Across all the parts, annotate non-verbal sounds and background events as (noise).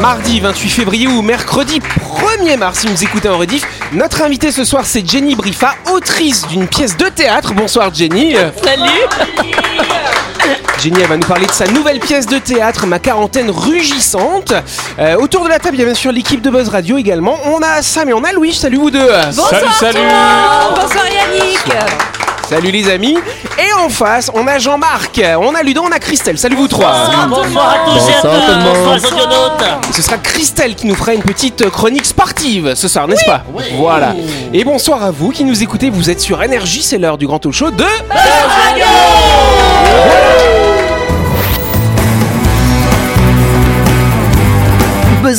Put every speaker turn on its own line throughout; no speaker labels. mardi 28 février ou mercredi 1er mars si vous écoutez en rediff. Notre invitée ce soir c'est Jenny Brifa, autrice d'une pièce de théâtre. Bonsoir Jenny. Euh,
Salut
Jenny elle va nous parler de sa nouvelle pièce de théâtre, Ma quarantaine rugissante. Euh, autour de la table il y a bien sûr l'équipe de Buzz Radio également. On a Sam et on a Louis. Salut vous deux.
Bonsoir
salut.
tout le monde Bonsoir Yannick
Salut les amis. Et en face on a Jean-Marc, on a Ludo, on a Christelle. Salut vous trois.
Ah, Bonsoir à tous et à
Bonsoir tout le
toutes,
monde.
bonsoir aux audionautes.
Ce sera Christelle qui nous fera une petite euh, chronique sportive ce soir, n'est-ce pas Voilà. Et bonsoir à vous qui nous écoutez. Vous êtes sur Énergie, c'est l'heure du grand talk show de...
Buzz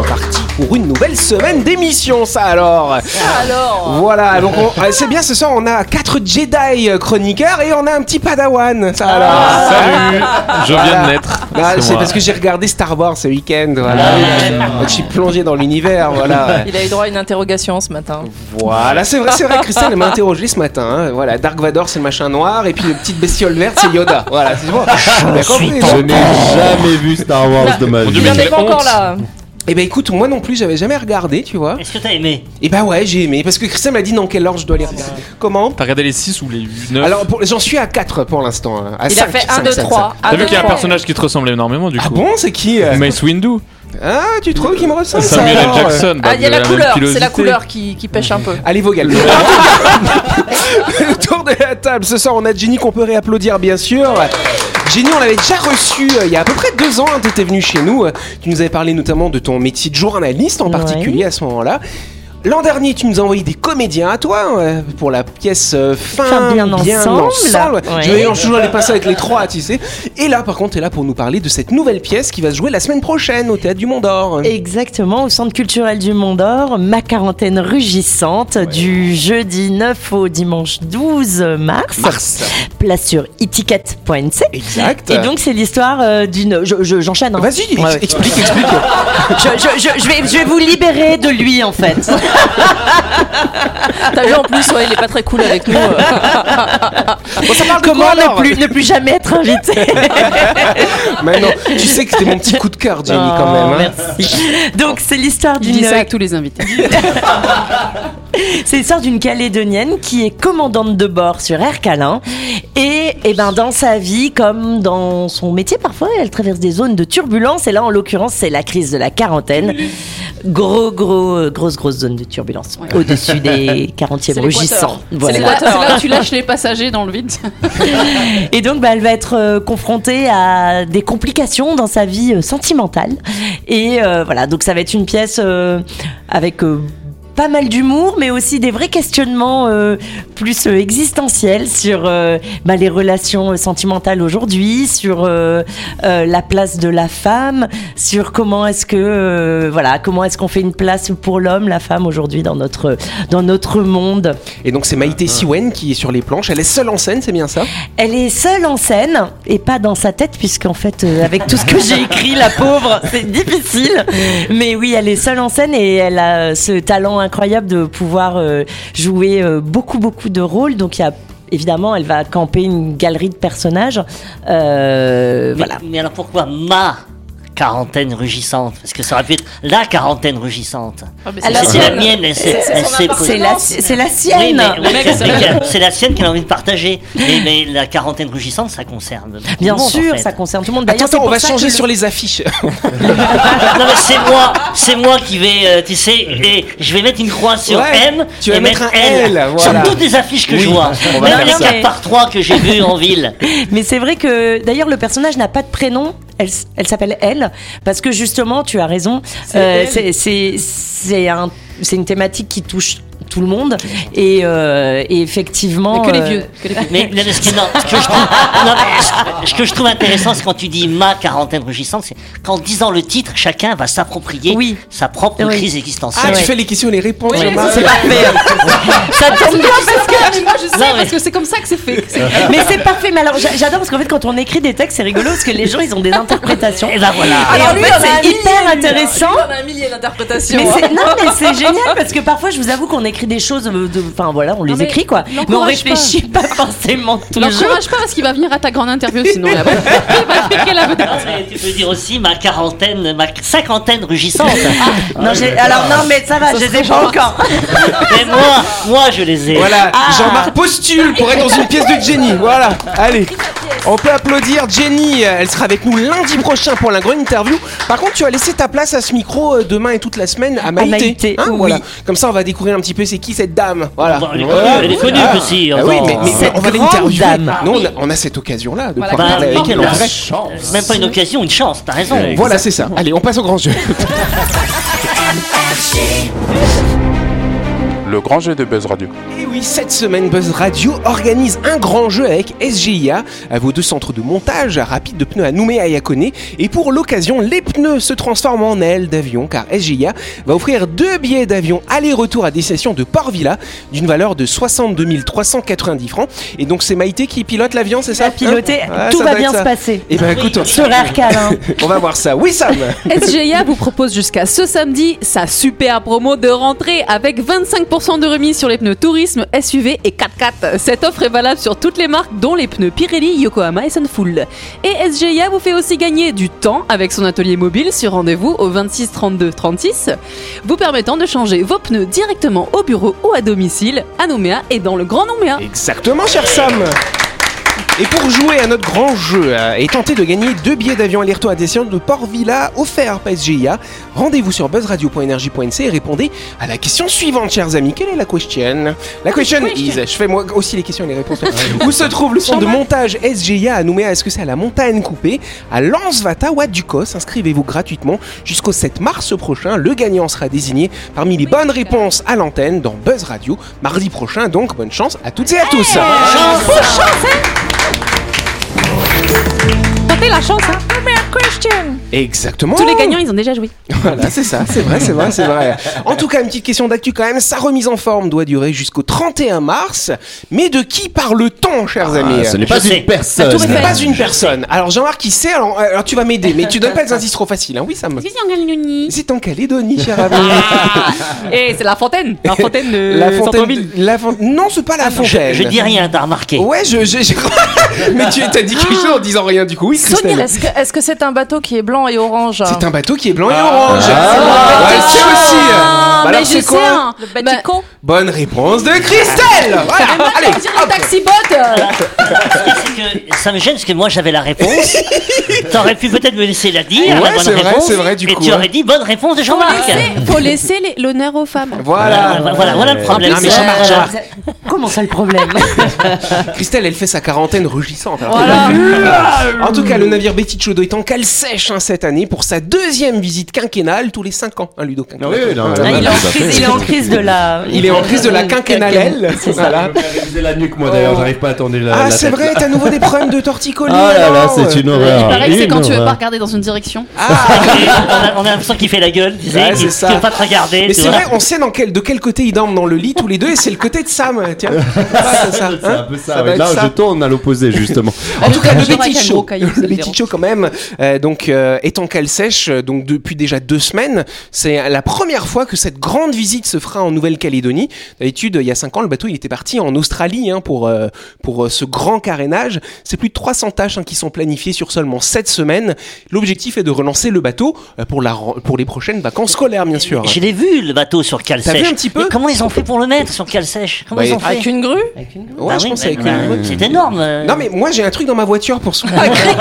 On est parti pour une nouvelle semaine d'émission, ça alors
Alors
Voilà, donc on- euh, c'est bien ce soir, on a quatre Jedi euh, chroniqueurs et on a un petit Padawan, ça alors
Salut, je viens de naître.
Là, C'est
moi.
parce que j'ai regardé Star Wars ce week-end, voilà. Je suis plongé dans l'univers, voilà.
Il a eu droit à une interrogation ce matin.
Voilà, c'est vrai, c'est vrai, Christelle elle m'a interrogé ce matin. hein. Voilà, Dark Vador, c'est le machin noir, et puis le petite bestiole verte, c'est Yoda. Voilà, c'est bon. Je
ton-
compris.
Je n'ai jamais vu Star Wars de ma
Mon
Bah,
vie.
Dieu,
Il
mais
en
quelle
est pas encore
honte.
là
Et bah écoute, moi non plus, j'avais jamais regardé, tu vois.
Est-ce que t'as aimé
Et bah ouais, j'ai aimé, parce que Christelle m'a dit dans quel ordre je dois les regarder. Comment
T'as regardé les 6 ou les 9
Alors, pour- j'en suis à 4 pour l'instant. hein. À
Il a
cinq,
fait
cinq,
1, 2,
cinq,
3.
cinq.
T'as vu qu'il y a un personnage qui te ressemble énormément du
Ah
coup
bon, c'est qui euh
Mace Windu,
Ah, tu trouves qu'il me ressemble ça,
Samuel L.
alors, euh
Jackson. bah,
Ah, il y a
vous
la
avez même
couleur, c'est la
pilosité.
couleur qui,
(laughs)
qui pêche un peu.
Allez, Vogel. Autour de la table, ce soir, on a Jenny qu'on peut réapplaudir, bien sûr. Jenny, on l'avait déjà reçue euh, il y a à peu près deux ans. tu étais venue chez nous. euh, Tu nous avais parlé notamment de ton métier de journaliste en particulier à ce moment-là. L'an dernier, tu nous as envoyé des comédiens à toi euh, pour la pièce euh, fin,
Fin bien ensemble.
Je vais toujours les pinceaux avec les trois, tu sais. Et là, par contre, tu es là pour nous parler de cette nouvelle pièce qui va se jouer la semaine prochaine au Théâtre du Mont d'Or.
Exactement, au Centre culturel du Mont d'Or, ma quarantaine rugissante du jeudi 9 au dimanche 12 mars,
Mars.
place sur etiquette.nc.
Exact.
Et donc c'est l'histoire euh, d'une... je- je- J'enchaîne. hein.
Vas-y, ex-
Ouais, ouais.
explique, explique.
Je, je- je- je vais, je vais vous libérer de lui en
(laughs)
fait.
T'as vu en plus, ouais, il est pas très cool avec nous. euh.
Bon, ça parle de
Comment
quoi,
ne
alors
(laughs) plus, ne plus jamais être invité
(laughs) Maintenant, tu sais que c'était mon petit coup de cœur, Jenny, quand même. hein.
Merci. Donc c'est l'histoire
Il dit
d'une
ça avec tous les invités.
C'est l'histoire d'une Calédonienne qui est commandante de bord sur Air Calin. Et, eh ben, dans sa vie, comme dans son métier parfois, elle traverse des zones de turbulence. Et là, en l'occurrence, c'est la crise de la quarantaine. Gros, gros, euh, grosse, grosse zone de turbulence.
Ouais.
Au-dessus des 40e rugissants.
C'est
Voilà.
là, c'est là où tu lâches les passagers dans le vide. (laughs)
Et donc, bah, elle va être euh, confrontée à des complications dans sa vie euh, sentimentale. Et euh, voilà, donc ça va être une pièce euh, avec euh, pas mal d'humour, mais aussi des vrais questionnements euh, plus euh, existentiels sur euh, bah, les relations sentimentales aujourd'hui, sur euh, euh, la place de la femme, sur comment est-ce que euh, voilà, comment est-ce qu'on fait une place pour l'homme, la femme aujourd'hui dans notre dans notre monde.
Et donc, c'est Maïté Siwen qui est sur les planches. Elle est seule en scène, c'est bien ça
Elle est seule en scène et pas dans sa tête, puisqu'en fait, euh, avec tout ce que j'ai écrit, la pauvre, c'est difficile. Mais oui, elle est seule en scène et elle a ce talent incroyable de pouvoir euh, jouer euh, beaucoup, beaucoup de rôles. Donc, il y a évidemment, elle va camper une galerie de personnages. Euh,
Mais-
voilà.
Mais alors pourquoi ma quarantaine rugissante Parce que ça aurait pu être la quarantaine rugissante.
Elle a
C'est la
sienne.
mienne, elle s'est-
C'est- c'est
elle
son
s'est-
appartement.
C'est la, c'est la
Oui,
sienne.
mais- oui,
Mec,
mais
c'est-
qu'elle- c'est la sienne qu'elle a envie de partager. Mais, mais la quarantaine rugissante, ça concerne. tout le
Bien
monde, en
sûr,
fait.
ça concerne tout le monde.
Attends,
D'ailleurs, c'est
attends, on
pour
va
ça
changer
que
sur les affiches. (laughs)
Non, mais c'est moi, c'est moi qui vais, euh, tu sais, et je vais mettre une croix sur
Ouais,
M.
tu
et
vas mettre un L, voilà.
Sur toutes les affiches que je
Oui,
vois.
on va
Même
faire
les
ça.
4 par 3 que j'ai vues en ville.
(laughs) Mais c'est vrai que d'ailleurs le personnage n'a pas de prénom. Elle, s- elle s'appelle elle parce que justement tu as raison. euh, C'est c'est- c'est un- c'est une thématique qui touche tout le monde. Et, euh, et effectivement.
Que les
euh,
vieux. que les vieux.
Mais, mais ce, que, non, ce, que je trouve, non, mais ce- ce que je trouve intéressant, c'est quand tu dis ma quarantaine rugissante, c'est qu'en disant le titre, chacun va s'approprier
Oui.
sa propre
Oui.
crise
Ah,
existentielle.
tu fais les questions et les réponses.
Oui,
Thomas.
C'est parfait. euh, (laughs) Ça tombe bien.
Parce que mais moi je sais,
mais- (laughs)
parce que c'est comme ça que c'est fait. C'est-
Mais c'est parfait. Mais alors, j'a- j'adore parce qu'en fait, quand on écrit des textes, c'est rigolo parce que les gens, ils ont des interprétations.
Eh
Et ben voilà.
Et en
lui,
fait,
on a un
c'est
millier,
hyper
lui,
intéressant.
lui, On a un millier d'interprétations.
Mais
hein.
c'est- non, mais c'est génial parce que parfois, je vous avoue qu'on écrit des choses. euh, de- Enfin, voilà, on les
mais
écrit quoi. Mais on
l'encourage pas.
réfléchit pas, forcément tous les jours.
L'encourage pas parce qu'il va venir à ta grande interview sinon (laughs) là. Il va te piquer la vedette.
Non, mais Ah, tu peux dire aussi ma quarantaine, ma cinquantaine rugissante.
Ah,
Non, j'ai- alors non, mais ça va, je les ai pas encore.
mais moi, moi je les ai. Ah.
Voilà, Jean-Marc postule pour être dans une pièce de Jenny. Voilà, allez. On peut applaudir Jenny. Elle sera avec nous lundi prochain pour la grande interview. Par contre, tu as laissé ta place à ce micro euh, demain et toute la semaine à Maïté. Hein,
Maïté, oui.
voilà. Comme ça, on va découvrir un petit peu c'est qui cette dame. Voilà.
Bon, elle est
Voilà.
connue, elle est connue
Ah.
aussi.
Ah oui,
encore.
mais, mais
Cette
on va
grande
l'interviewer.
dame.
Nous, on a, on a cette occasion-là de pouvoir
Bah,
parler avec elle en
la
vrai.
Même pas une occasion, une chance, t'as raison.
Voilà, c'est ça. Allez, on passe au grand jeu.
Le grand jeu de Buzz Radio.
Et Eh oui, cette semaine, Buzz Radio organise un grand jeu avec SGIA, à vos deux centres de montage rapide de pneus à Nouméa et à Koné. Et pour l'occasion, les pneus se transforment en ailes d'avion, car SGIA va offrir deux billets d'avion aller-retour à destination de Port-Villa, d'une valeur de 62 390 francs. Et donc, c'est Maïté qui pilote l'avion, c'est ça
Bah,
À piloter,
Hein Ouais,
tout
ça
va
doit
bien
être ça.
se passer.
Eh ben écoute,
Sur Air (laughs) câlin.
on va voir ça. Oui, Sam
SGIA vous propose jusqu'à ce samedi sa super promo de rentrée avec 25% de remise sur les pneus tourisme, SUV et 4x4. Cette offre est valable sur toutes les marques dont les pneus Pirelli, Yokohama et Sunfull. Et SGIA vous fait aussi gagner du temps avec son atelier mobile sur rendez-vous au 26 32 36, vous permettant de changer vos pneus directement au bureau ou à domicile à Nouméa et dans le Grand Nouméa.
Exactement, cher Sam et pour jouer à notre grand jeu euh, et tenter de gagner deux billets d'avion aller-retour à destination de Port Villa offerts par SGIA, rendez-vous sur buzzradio.energie.nc et répondez à la question suivante, chers amis. Quelle est la question La question is, je fais moi aussi les questions et les réponses.
(laughs)
Où se trouve le centre de montage SGIA à Nouméa Est-ce que c'est à la montagne coupée À Lansvata ou à Ducos Inscrivez-vous gratuitement jusqu'au 7 mars prochain. Le gagnant sera désigné parmi les bonnes réponses à l'antenne dans Buzz Radio mardi prochain. Donc, bonne chance à toutes et à tous.
Tentez la chance, hein.
Exactement.
tous les gagnants ils ont déjà joué.
Voilà, c'est ça, c'est vrai, c'est vrai, c'est vrai. En tout cas, une petite question d'actu quand même. Sa remise en forme doit durer jusqu'au 31 mars. Mais de qui parle-t-on, chers amis
Ah, ce n'est
Je
pas
sais.
une personne.
Ce n'est pas une personne. Alors Jean-Marc, qui sait alors, euh, alors tu vas m'aider, mais tu donnes pas des indices trop faciles, hein Oui, Sam C'est en Calédonie, cher ami.
Et c'est la fontaine, la fontaine de
la fontaine. La fon- Non, c'est pas la
Je,
fontaine.
je dis rien, t'as remarqué.
Ouais, je. je- je- (laughs) mais tu as dit quelque chose en disant rien du coup. Oui,
Sonia,
Christelle.
est-ce que est-ce que c'est un bateau qui est blanc et orange hein
C'est un bateau qui est blanc et orange.
Ah.
Ouais, c'est aussi. Bah alors,
mais je
c'est quoi
sais, hein.
Le
Bah,
Vatican
Bonne réponse de Christelle Voilà Allez, hop.
euh,
C'est que ça me gêne parce que moi j'avais la réponse. T'aurais pu peut-être me laisser la dire.
Ouais,
la bonne
c'est vrai,
réponse,
c'est vrai, du
et
coup,
tu
hein.
aurais dit bonne réponse de Jean-Marc.
Faut laisser les- l'honneur aux femmes.
Voilà
Voilà, voilà, voilà le problème.
Ah, mais Jean-Marc,
Voilà.
Jean-Marc.
Comment ça le (laughs) problème
Christelle, elle fait sa quarantaine rugissante. alors.
Voilà.
En tout cas, le navire Betty Chodo est en cale sèche hein, cette année pour sa deuxième visite quinquennale tous les 5 ans, hein, Ludo
Ah oui, oui, non,
Ah,
là,
il, est
là,
en
tout à fait.
(laughs)
crise, il est en crise de la.
Il est en crise de la quinquennale.
C'est ça.
Voilà.
J'ai la nuque, moi d'ailleurs, j'arrive pas à tourner la.
Ah,
la
c'est
tête.
vrai, t'as à nouveau des problèmes de torticolis.
Ah là là,
alors,
c'est
euh.
une horreur.
Il paraît que c'est
Une
quand tu veux pas
horreur.
regarder dans une direction.
(laughs)
Ah,
On a, on a l'impression qu'il fait la gueule, tu
Ouais,
sais,
c'est
qu'il
ça.
ne pas te regarder.
mais
tu
c'est
vois.
vrai, on sait dans quel, de quel côté ils dorment dans le lit tous les deux, et c'est le côté de Sam.
(laughs)
Tiens, Ah, c'est ça.
C'est
hein.
un peu ça.
Ça
ouais.
va être
Là,
ça.
je tourne à l'opposé, justement.
En tout cas, le
Jean-Marc
Betty
a un
Show,
gros caillou, ça
le
le
Betty
dérange.
Show quand même, euh, donc euh, est en cale sèche, euh, donc depuis déjà deux semaines. C'est la première fois que cette grande visite se fera en Nouvelle-Calédonie. D'habitude, il y a cinq ans, le bateau il était parti en Australie hein, pour euh, pour euh, ce grand carénage. C'est plus de 300 tâches hein, qui sont planifiées sur seulement sept semaines. L'objectif est de relancer le bateau euh, pour la ren- pour les prochaines vacances scolaires, bien sûr.
Je l'ai vu le bateau sur cale
T'as vu
sèche.
un petit peu
Mais comment ils ont fait pour le mettre sur cale sèche Comment
Bah,
ils ont fait
Avec une grue
Ouais,
Bah
je
oui,
pense
mais-
avec
bah,
une-
C'est énorme. euh. (laughs)
Non mais moi j'ai ben, un truc dans ma voiture pour ce.
T'as un cric.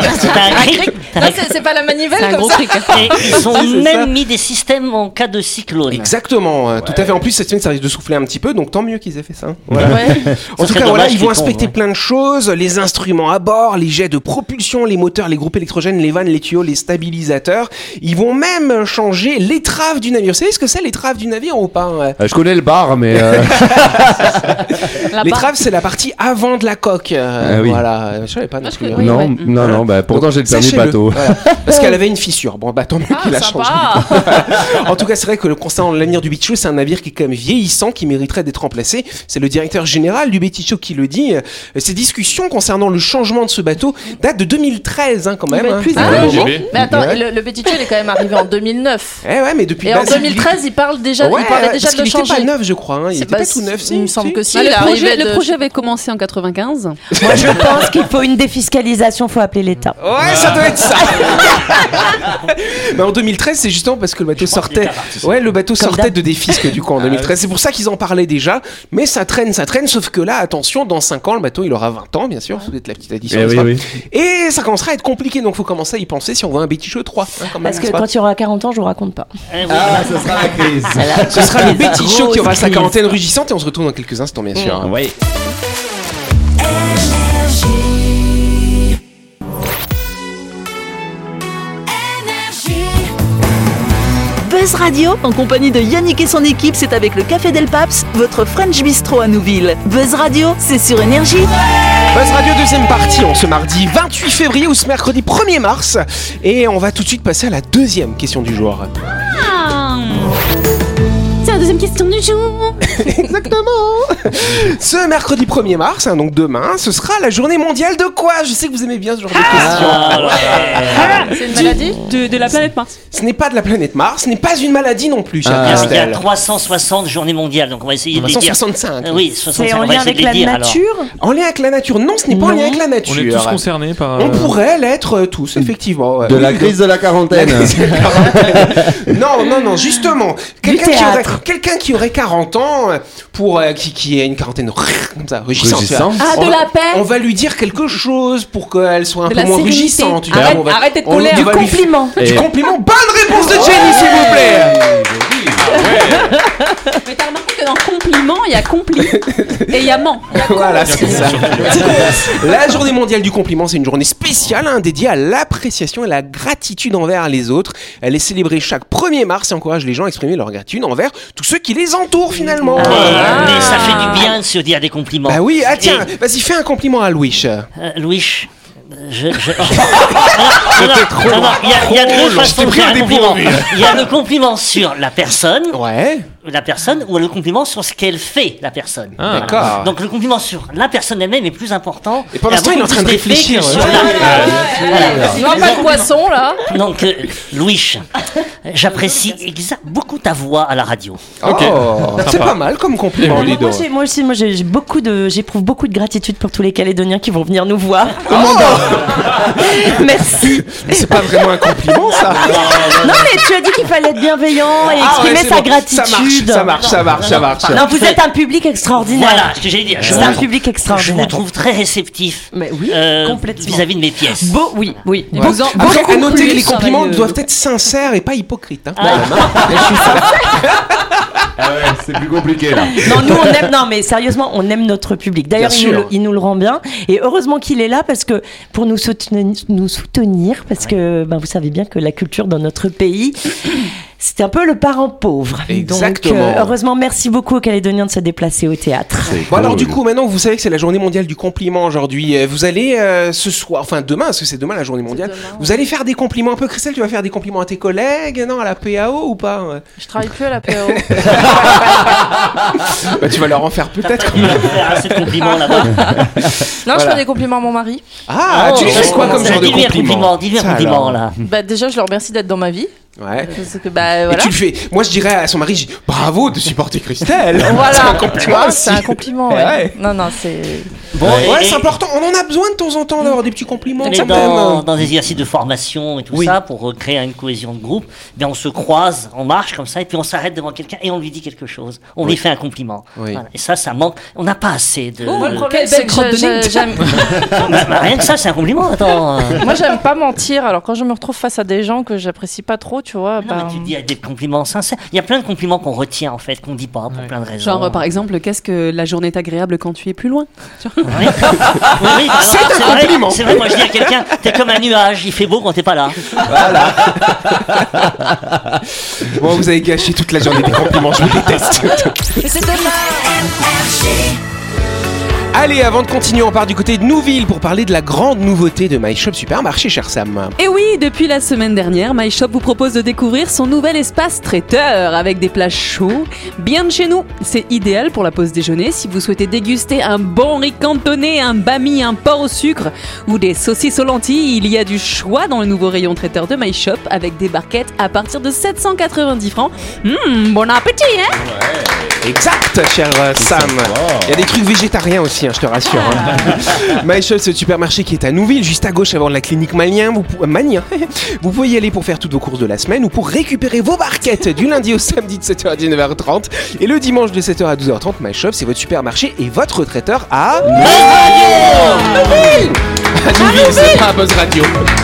T'as un cric.
C'est c'est pas la
C'est
manivelle
un
comme
gros
ça.
truc. hein.
Et
(laughs)
ils ont
C'est ça.
même mis des systèmes en cas de cyclone.
Exactement, euh, tout à fait. En plus, cette semaine, ça risque de souffler un petit peu, donc tant mieux qu'ils aient fait ça. hein. Voilà. (laughs) En
Ça
tout
serait
cas, voilà,
dommage
ils vont
qu'ils tombent,
inspecter
ouais.
plein de choses, les instruments à bord, les jets de propulsion, les moteurs, les groupes électrogènes, les vannes, les tuyaux, les stabilisateurs. Ils vont même changer l'étrave du navire. Vous savez ce que c'est l'étrave du navire ou pas hein
Euh, Je connais le bar, mais euh,
La barre.
L'étrave, c'est la partie avant de la coque. Euh,
Ah oui.
Voilà, Euh, je savais pas non
je
plus,
connais-
hein.
Oui,
non,
ouais.
non, non, bah, pourtant j'ai le permis
Sachez-le.
bateau. (laughs)
Voilà. Parce qu'elle avait une fissure. Bon, bah tant mieux qu'il a
Ah,
changé.
sympa.
(laughs)
En tout cas, c'est vrai que le concernant l'avenir du Beach Show, c'est un navire qui est quand même vieillissant, qui mériterait d'être remplacé. C'est le directeur général du Beach Show qui le dit. Euh, Ces discussions concernant le changement de ce bateau datent de 2013, hein, quand même.
Mais
hein.
plus
Ça fait
Ah,
un
j'y
moment.
vais.
Mais attends,
Ouais.
le, le petit tuel est quand même arrivé en 2009.
Eh ouais, mais depuis.
Et en
bah, c'est-
2013, il parle déjà,
Ouais,
il parlait
ouais,
déjà
parce
de le
qu'il était
changer.
pas neuf, je crois. hein. Il
C'est
était pas
pas-
tout neuf.
il
si,
me semble
si.
que si.
Ah,
Il est
le, projet,
arrivé de-
le projet avait commencé en 95.
Moi, je pense qu'il faut une défiscalisation, faut appeler l'État.
Ouais, ça doit être (laughs) ça. Mais Bah, en 2013, c'est justement parce que le bateau
crois qu'il
sortait.
était parti.
Ouais, le bateau sortait
d'hab.
de des fiscs du coup en 2013. C'est pour ça qu'ils en parlaient déjà. Mais ça traîne, ça traîne. Sauf que là, attention, dans 5 ans, le bateau il aura 20 ans, bien sûr. Vous êtes la petite addition.
Eh
n'est-ce
oui,
pas
oui.
Et ça commencera à être compliqué. Donc faut commencer à y penser si on veut un Betty Show 3. hein, quand même,
Parce que
n'est-ce pas
quand tu auras 40 ans, je vous raconte pas.
Eh oui.
Ah, ça sera la crise.
ce sera le Betty
grosse
Show qui aura sa
crise.
quarantaine rugissante. Et on se retourne dans quelques instants, bien sûr. hein.
Ouais.
Buzz Radio, en compagnie de Yannick et son équipe, c'est avec le Café Del Paps, votre French Bistro à Nouville. Buzz Radio, c'est sur Énergie.
Buzz Radio deuxième partie en ce mardi 28 février ou ce mercredi 1er mars et on va tout de suite passer à la deuxième question du jour.
C'est la deuxième question du jour.
Ce mercredi 1er mars, hein, donc demain, ce sera la journée mondiale de quoi Je sais que vous aimez bien ce genre de questions.
Ah, ouais.
C'est une maladie
de, de la planète Mars.
Ce n'est pas de la planète Mars, ce n'est pas une maladie non plus, chère
Ah.
Alors, il y a
Christelle.
360 journées mondiales, donc on va essayer de les dire.
165.
Euh, Oui,
C'est
65,
en
on va
lien
essayer
avec
de les
la
dire. alors.
nature
En lien avec la nature Non, ce n'est pas en lien avec la nature.
On est tous concernés par.
On
euh,
pourrait l'être euh, tous, effectivement. ouais.
De la
Oui, (laughs)
crise de la quarantaine. (laughs)
non, non, non, justement, quelqu'un qui, aurait,
théâtre.
quelqu'un qui aurait 40 ans, euh, pour, euh, qui, qui a une quarantaine comme ça, rugissante,
Rugissante.
tu vois.
Ah,
On
de
va-
la paix.
On va lui dire quelque chose pour qu'elle soit un
De
peu
la
moins
sérénité.
rugissante. tu vois.
Arrête-
On va-
arrête d'être
on-
colère.
on
Du
va lui-
Compliment.
Du
Et-
compliment. Bonne réponse de Jenny, s'il vous plaît
Mais t'as remarqué que dans compliment, il y a compli et il y a ment.
Voilà, c'est ça. La journée mondiale du compliment, c'est une journée spéciale hein, dédiée à l'appréciation et la gratitude envers les autres. Elle est célébrée chaque 1er mars et encourage les gens à exprimer leur gratitude envers tous ceux qui les entourent finalement.
Ah,
Mais-
Ouais.
Euh, Mais ça fait du bien de se dire des compliments.
Oh. Ah. Bah oui, ah tiens, vas-y, fais un compliment à Louis.
Euh, Louis, euh,
(laughs)
je. je... Alors, alors, alors, il y a- il y a deux façons de faire un compliment. Il y a le compliment sur la personne,
Ouais,
la personne, ou le compliment sur ce qu'elle fait, la personne.
Ah.
d'accord.
Donc le compliment sur la personne elle-même est plus important.
Et pendant
Elle a
ce temps, il est en
beaucoup
train de
plus d'effet
réfléchir, euh,
que
ouais.
sur la-
Il manque pas de poisson là.
Donc euh, Louis, j'apprécie exa- beaucoup ta voix à la radio.
Ok.
Oh, c'est
Sympa.
pas mal comme compliment,
Moi,
Ludo.
aussi, moi aussi, moi j'ai j'ai beaucoup de, j'éprouve beaucoup de gratitude pour tous les Calédoniens qui vont venir
(laughs)
nous voir. Merci.
Oh Mais C'est pas vraiment un compliment, ça.
Non mais tu as dit qu'il fallait être bienveillant
Ah
et
ouais,
exprimer
c'est
sa
bon.
gratitude.
Ça marche, ça marche, ça marche, ça marche.
Non, vous êtes un public extraordinaire.
Voilà ce que j'allais dire. Je,
C'est un
vous-
public
je vous
extraordinaire.
trouve très réceptif
Mais oui,
euh,
complètement.
vis-à-vis de mes pièces.
Beau, oui, oui.
Ouais.
Beau-
Vous en-
Après,
beaucoup
à noter que
plus
les compliments
avec, euh,
doivent être sincères et pas hypocrites. hein.
Ah ouais, c'est plus compliqué là.
Non, nous on aime. Non, mais sérieusement, on aime notre public. D'ailleurs,
Bien
il, nous
sûr.
le- il nous le rend bien. Et heureusement qu'il est là parce que pour nous soutenir, nous soutenir parce que ben, vous savez bien que la culture dans notre pays. C'était un peu le parent pauvre.
Exactement.
Donc, euh, heureusement, merci beaucoup aux Calédoniens de se déplacer au théâtre.
C'est
Bon Bah, alors
cool.
du coup maintenant vous savez que c'est la journée mondiale du compliment aujourd'hui. Euh, Vous allez euh, ce soir, enfin demain, parce que c'est demain la journée mondiale,
demain, ouais.
vous allez faire des compliments un peu. Christelle, tu vas faire des compliments à tes collègues, non, à la PAO ou pas ouais.
Je travaille plus à
(laughs)
la PAO.
Ah.
bah, Tu vas leur en faire peut-être.
Il va faire assez de compliments
Non,
là-bas.
je
Voilà.
fais des compliments à mon mari. Oh.
Ah, tu lui fais quoi comme genre de
Oh. divers
compliment
compliments, divers
Ça,
compliments
alors.
là.
Bah déjà, je le remercie d'être dans ma vie.
Ouais.
Parce que, bah, voilà.
Et tu le fais. Moi, je dirais à son mari, je dis, bravo de supporter Christelle.
(laughs) Voilà.
C'est un compliment.
Ah,
aussi. Eh
C'est un compliment, ouais.
Ouais.
Non, non, c'est.
Bon, et-
Ouais,
et-
c'est important. On en a besoin de temps en temps d'avoir des petits compliments.
Mais
quand
dans,
même.
dans des exercices de formation et tout
Oui.
ça, pour euh, créer une cohésion de groupe, ben on se croise, on marche comme ça, et puis on s'arrête devant quelqu'un et on lui dit quelque chose. On lui fait un compliment.
Oui.
Voilà. Et ça, ça manque. On n'a pas assez de.
Oh, le problème,
Quelle
c'est
belle
que
crotte de
je-
nez.
je- j'aime-
Bah, bah, rien que ça, c'est un compliment. Attends. euh.
(laughs) Moi, j'aime pas mentir. Alors, quand je me retrouve face à des gens que j'apprécie pas trop, tu vois,
Non,
bah,
mais tu dis des compliments sincères. Il y a plein de compliments qu'on retient en fait, qu'on dit pas pour plein de raisons.
Genre, euh, par exemple, qu'est-ce que la journée est agréable quand tu es plus loin
Oui. (laughs) Oui, oui, alors,
C'est un
vrai,
compliment.
C'est vrai, moi je dis à quelqu'un, t'es comme un nuage, il fait beau quand t'es pas là.
Bon, vous avez gâché toute la journée des compliments. Je vous déteste. Allez, avant de continuer, on part du côté de Nouville pour parler de la grande nouveauté de My Shop Supermarché, cher Sam.
Et oui, depuis la semaine dernière, My Shop vous propose de découvrir son nouvel espace traiteur avec des plats chauds, bien de chez nous. C'est idéal pour la pause déjeuner si vous souhaitez déguster un bon riz cantonné, un bami, un porc au sucre ou des saucisses aux lentilles. Il y a du choix dans le nouveau rayon traiteur de My Shop avec des barquettes à partir de 790 francs. Hum, bon appétit, hein
Exact, cher euh, Sam. Il y a des trucs végétariens aussi, hein, je te rassure. hein. My Shop, c'est le supermarché qui est à Nouville, juste à gauche avant la clinique Malien. (laughs) Vous, pou- Manien. vous pouvez y aller pour faire toutes vos courses de la semaine ou pour récupérer vos barquettes du lundi au samedi de 7h à 19h30 et le dimanche de 7h à 12h30. My Shop, c'est votre supermarché et votre traiteur à Nouville. À Nouville, c'est pas à Buzz Radio.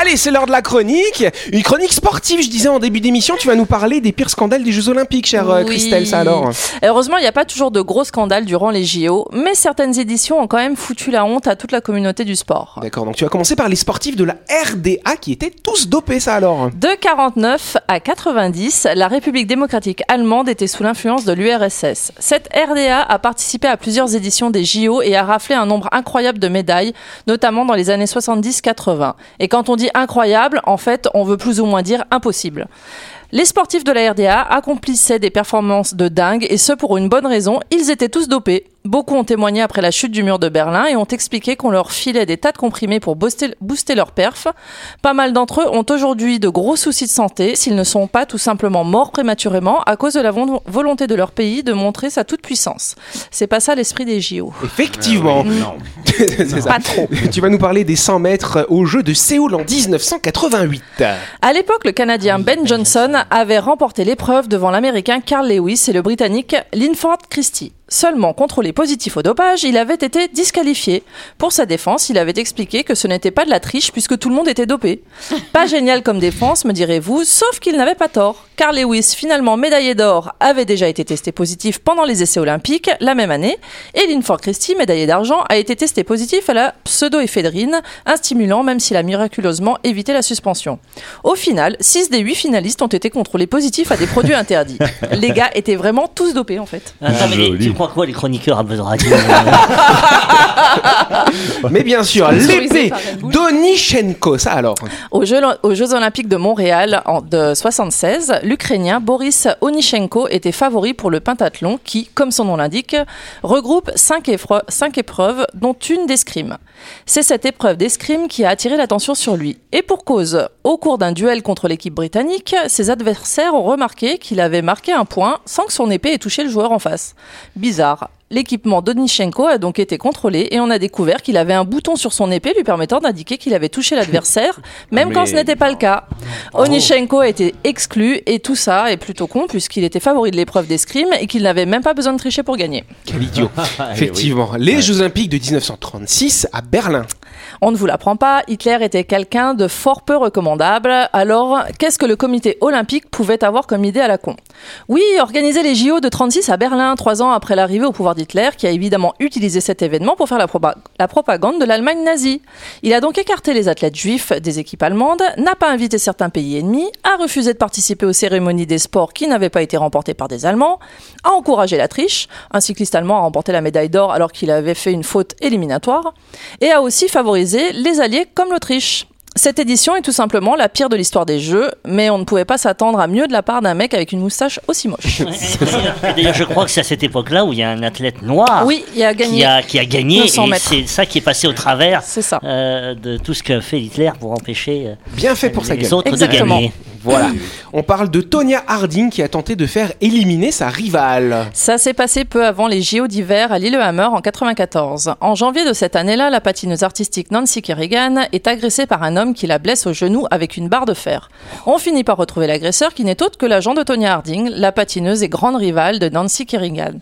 Allez, c'est l'heure de la chronique. Une chronique sportive, je disais en début d'émission, tu vas nous parler des pires scandales des Jeux Olympiques, chère euh,
Oui.
Christelle, ça alors
Heureusement, il n'y a pas toujours de gros scandales durant les JO, mais certaines éditions ont quand même foutu la honte à toute la communauté du sport.
D'accord, donc tu vas commencer par les sportifs de la RDA qui étaient tous dopés, ça alors
De 49 à 90, la République démocratique allemande était sous l'influence de l'URSS. Cette RDA a participé à plusieurs éditions des JO et a raflé un nombre incroyable de médailles, notamment dans les années 70-80. Et quand on dit incroyable, en fait, on veut plus ou moins dire impossible. Les sportifs de la RDA accomplissaient des performances de dingue et ce pour une bonne raison, ils étaient tous dopés. Beaucoup ont témoigné après la chute du mur de Berlin et ont expliqué qu'on leur filait des tas de comprimés pour booster, booster leur perf. Pas mal d'entre eux ont aujourd'hui de gros soucis de santé s'ils ne sont pas tout simplement morts prématurément à cause de la von- volonté de leur pays de montrer sa toute-puissance. C'est pas ça l'esprit des JO.
Effectivement (laughs) C'est ça.
Pas trop.
Tu vas nous parler des 100 mètres au jeu de Séoul en 1988.
À l'époque, le Canadien Ben Johnson avait remporté l'épreuve devant l'Américain Carl Lewis et le Britannique Linford Christie. Seulement contrôlé positif au dopage, il avait été disqualifié. Pour sa défense, il avait expliqué que ce n'était pas de la triche puisque tout le monde était dopé. Pas génial comme défense, me direz-vous, sauf qu'il n'avait pas tort. Carl Lewis, finalement médaillé d'or, avait déjà été testé positif pendant les essais olympiques la même année, et Linford Christie, médaillé d'argent, a été testé positif à la pseudoéphédrine, un stimulant même s'il a miraculeusement évité la suspension. Au final, 6 des 8 finalistes ont été contrôlés positifs à des produits interdits. Les gars étaient vraiment tous dopés en fait.
Attends, Euh, mais
joli.
tu crois quoi, les chroniqueurs à Buzz Radio
Mais bien sûr, l'épée Donichenko, ça alors
Aux Jeux, aux Jeux Olympiques de Montréal en, de 76, l'Ukrainien Boris Onichenko était favori pour le pentathlon qui, comme son nom l'indique, regroupe cinq, effro- cinq épreuves, dont une d'escrime. C'est cette épreuve d'escrime qui a attiré l'attention sur lui. Et pour cause, au cours d'un duel contre l'équipe britannique, ses adversaires ont remarqué qu'il avait marqué un point sans que son épée ait touché le joueur en face. Bizarre. L'équipement d'Onichenko a donc été contrôlé et on a découvert qu'il avait un bouton sur son épée lui permettant d'indiquer qu'il avait touché l'adversaire, même quand ce n'était pas le cas. Onichenko a été exclu et tout ça est plutôt con puisqu'il était favori de l'épreuve d'escrime et qu'il n'avait même pas besoin de tricher pour gagner.
Quel idiot Effectivement, les Jeux Olympiques de 1936 à Berlin.
On ne vous l'apprend pas, Hitler était quelqu'un de fort peu recommandable. Alors, qu'est-ce que le comité olympique pouvait avoir comme idée à la con Oui, organiser les JO de 36 à Berlin, trois ans après l'arrivée au pouvoir d'Hitler, qui a évidemment utilisé cet événement pour faire la, propa- la propagande de l'Allemagne nazie. Il a donc écarté les athlètes juifs des équipes allemandes, n'a pas invité certains pays ennemis, a refusé de participer aux cérémonies des sports qui n'avaient pas été remportées par des Allemands, a encouragé la triche, un cycliste allemand a remporté la médaille d'or alors qu'il avait fait une faute éliminatoire, et a aussi favorisé les alliés comme l'Autriche. Cette édition est tout simplement la pire de l'histoire des jeux, mais on ne pouvait pas s'attendre à mieux de la part d'un mec avec une moustache aussi moche.
Et D'ailleurs, je crois que c'est à cette époque-là où il y a un athlète noir
oui, il a
Ah. qui,
gagné.
a, qui a gagné,
200
et
mètres.
c'est ça qui est passé au travers
C'est ça.
euh, de tout ce que fait Hitler pour empêcher euh,
Bien fait pour sa
les
gueule.
autres
Exactement.
de gagner.
Voilà. On parle de Tonya Harding qui a tenté de faire éliminer sa rivale.
Ça s'est passé peu avant les JO d'hiver à Lillehammer en 94. En janvier de cette année-là, la patineuse artistique Nancy Kerrigan est agressée par un homme qui la blesse au genou avec une barre de fer. On finit par retrouver l'agresseur qui n'est autre que l'agent de Tonya Harding, la patineuse et grande rivale de Nancy Kerrigan.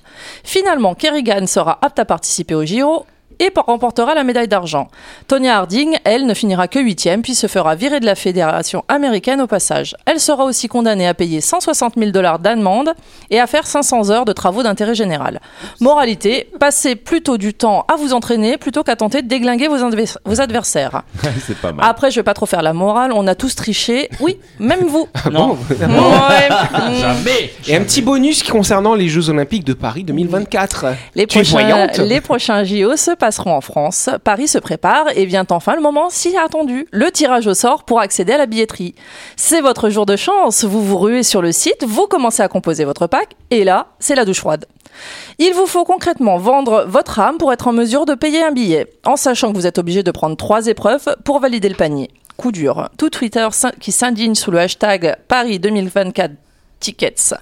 Finalement, Kerrigan sera apte à participer aux JO et remportera la médaille d'argent. Tonya Harding, elle, ne finira que huitième puis se fera virer de la fédération américaine au passage. Elle sera aussi condamnée à payer 160 000 dollars d'amende et à faire 500 heures de travaux d'intérêt général. Moralité, passez plutôt du temps à vous entraîner plutôt qu'à tenter de déglinguer vos, advers- vos adversaires.
C'est pas mal.
Après, je vais pas trop faire la morale, on a tous triché. Oui, même vous.
Non.
Ouais. Mm.
Et un petit bonus concernant les Jeux Olympiques de Paris 2024.
Les
Tu es
prochains,
voyante
les prochains JO se passeront en France. Paris se prépare et vient enfin le moment si attendu, le tirage au sort pour accéder à la billetterie. C'est votre jour de chance, vous vous ruez sur le site, vous commencez à composer votre pack et là, c'est la douche froide. Il vous faut concrètement vendre votre âme pour être en mesure de payer un billet, en sachant que vous êtes obligé de prendre trois épreuves pour valider le panier. Coup dur. Tout Twitter s'in- qui s'indigne sous le hashtag Paris 2024 tickets.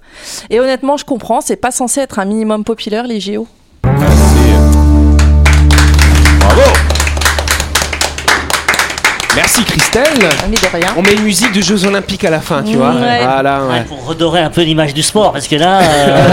Et honnêtement, je comprends, c'est pas censé être un minimum populaire les JO.
Merci Christelle.
Mais de rien.
On met une musique de Jeux Olympiques à la fin, tu vois.
Ouais.
Voilà. ouais.
Ouais, pour redorer un peu l'image du sport, parce que là, euh,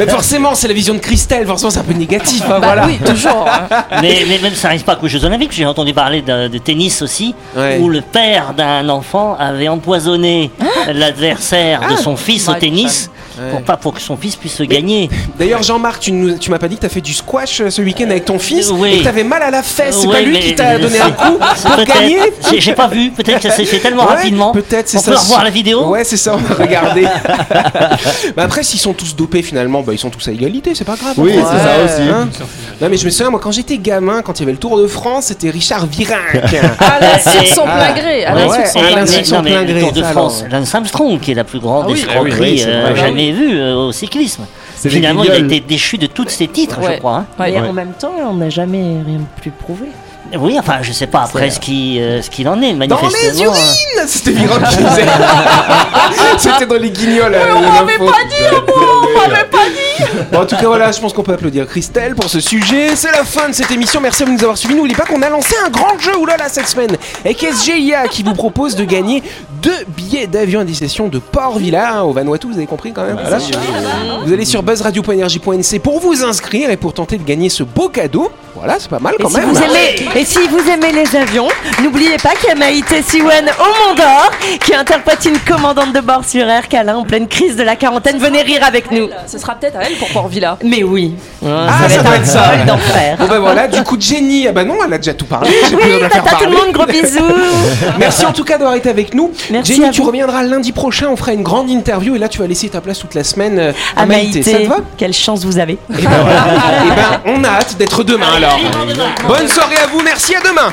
Mais forcément, c'est la vision de Christelle. Forcément, c'est un peu négatif. hein,
Bah
voilà.
Bah Oui, toujours. hein.
(laughs)
mais, mais même ça n'arrive pas qu'aux Jeux Olympiques. J'ai entendu parler de, de tennis aussi,
Ouais.
où le père d'un enfant avait empoisonné
Ah.
l'adversaire de son fils au
Michael.
tennis pour pas pour que son fils puisse gagner.
D'ailleurs, Jean-Marc, tu, nous- tu m'as pas dit que t'as fait du squash euh, ce week-end avec ton fils
Oui.
et que t'avais mal à la fesse. C'est
Ouais,
pas lui
mais-
qui t'a donné un coup
C'est
pour
peut-être-
gagner
j'ai- J'ai pas vu, peut-être que ça s'est fait tellement
Ouais,
rapidement.
Peut-être, c'est
On
ça.
peut revoir la vidéo
Ouais, c'est ça, on va
(laughs)
regarder. bah après, s'ils sont tous dopés finalement, bah ils sont tous à égalité, c'est pas grave.
Oui,
Enfin,
c'est ça
ouais,
aussi.
hein. non, mais je me souviens, moi, quand j'étais gamin, quand il y avait le Tour de France, c'était Richard Virenque.
(laughs)
À la sur son
Ah.
plein gré. À la
Ouais.
sur son
Et-
plein
Alain
gré.
Alain Souchon,
non, mais
plein
le Tour
gré,
de
ça,
France,
alors.
Lance Armstrong, qui est la plus grande
Ah oui,
escroquerie
ah oui, oui, c'est
euh,
vrai.
jamais vue euh, au cyclisme.
C'est des
Finalement, il a
(laughs) guignols.
été déchu de tous ses titres,
Ouais.
je crois. hein.
Mais
Ouais.
en même temps, on n'a jamais rien plus prouvé.
Oui, enfin, je sais pas après ce qui, euh, ce qu'il en est,
Dans
manifestement.
les
hein.
urines C'était Virenque
(laughs)
qui disait. Ah, c'était dans les guignols. euh, de l'info. Bon, en tout cas, voilà, je pense qu'on peut applaudir Christelle pour ce sujet. C'est la fin de cette émission. Merci de nous avoir suivis. N'oubliez pas qu'on a lancé un grand jeu oulala cette semaine avec SGIA qui vous propose de gagner deux billets d'avion à destination de Port-Villard hein, au Vanuatu. Vous avez compris quand même voilà. Vous allez sur buzzradio.energie.nc pour vous inscrire et pour tenter de gagner ce beau cadeau. Voilà, c'est pas mal
Et
quand
si,
même. hein. Ah
vous aimez, et si vous aimez les avions, n'oubliez pas qu'il y a Maïté Siwan au Mont-d'Or qui interprète une commandante de bord sur Air Calin en pleine crise de la quarantaine. Venez rire avec nous.
Ce sera peut-être à elle pour Port Villa.
Mais oui,
Ah, ça doit être ça.
vol d'enfer.
Bon ben voilà, du coup Jenny, ah bah non, elle a déjà tout parlé.
(laughs)
J'ai plus
Oui,
besoin de la faire
tata tout le
parler.
monde,
(laughs)
gros bisous.
Merci en tout cas d'avoir été avec nous.
Merci
Jenny,
à
tu
vous.
reviendras lundi prochain, on fera une grande interview et là tu vas laisser ta place toute la semaine euh, à,
À Maïté,
Ça te va
quelle chance vous avez.
Et ben,
Ah.
voilà. Eh ben, on a hâte d'être demain alors. Bonne soirée à vous, merci à demain.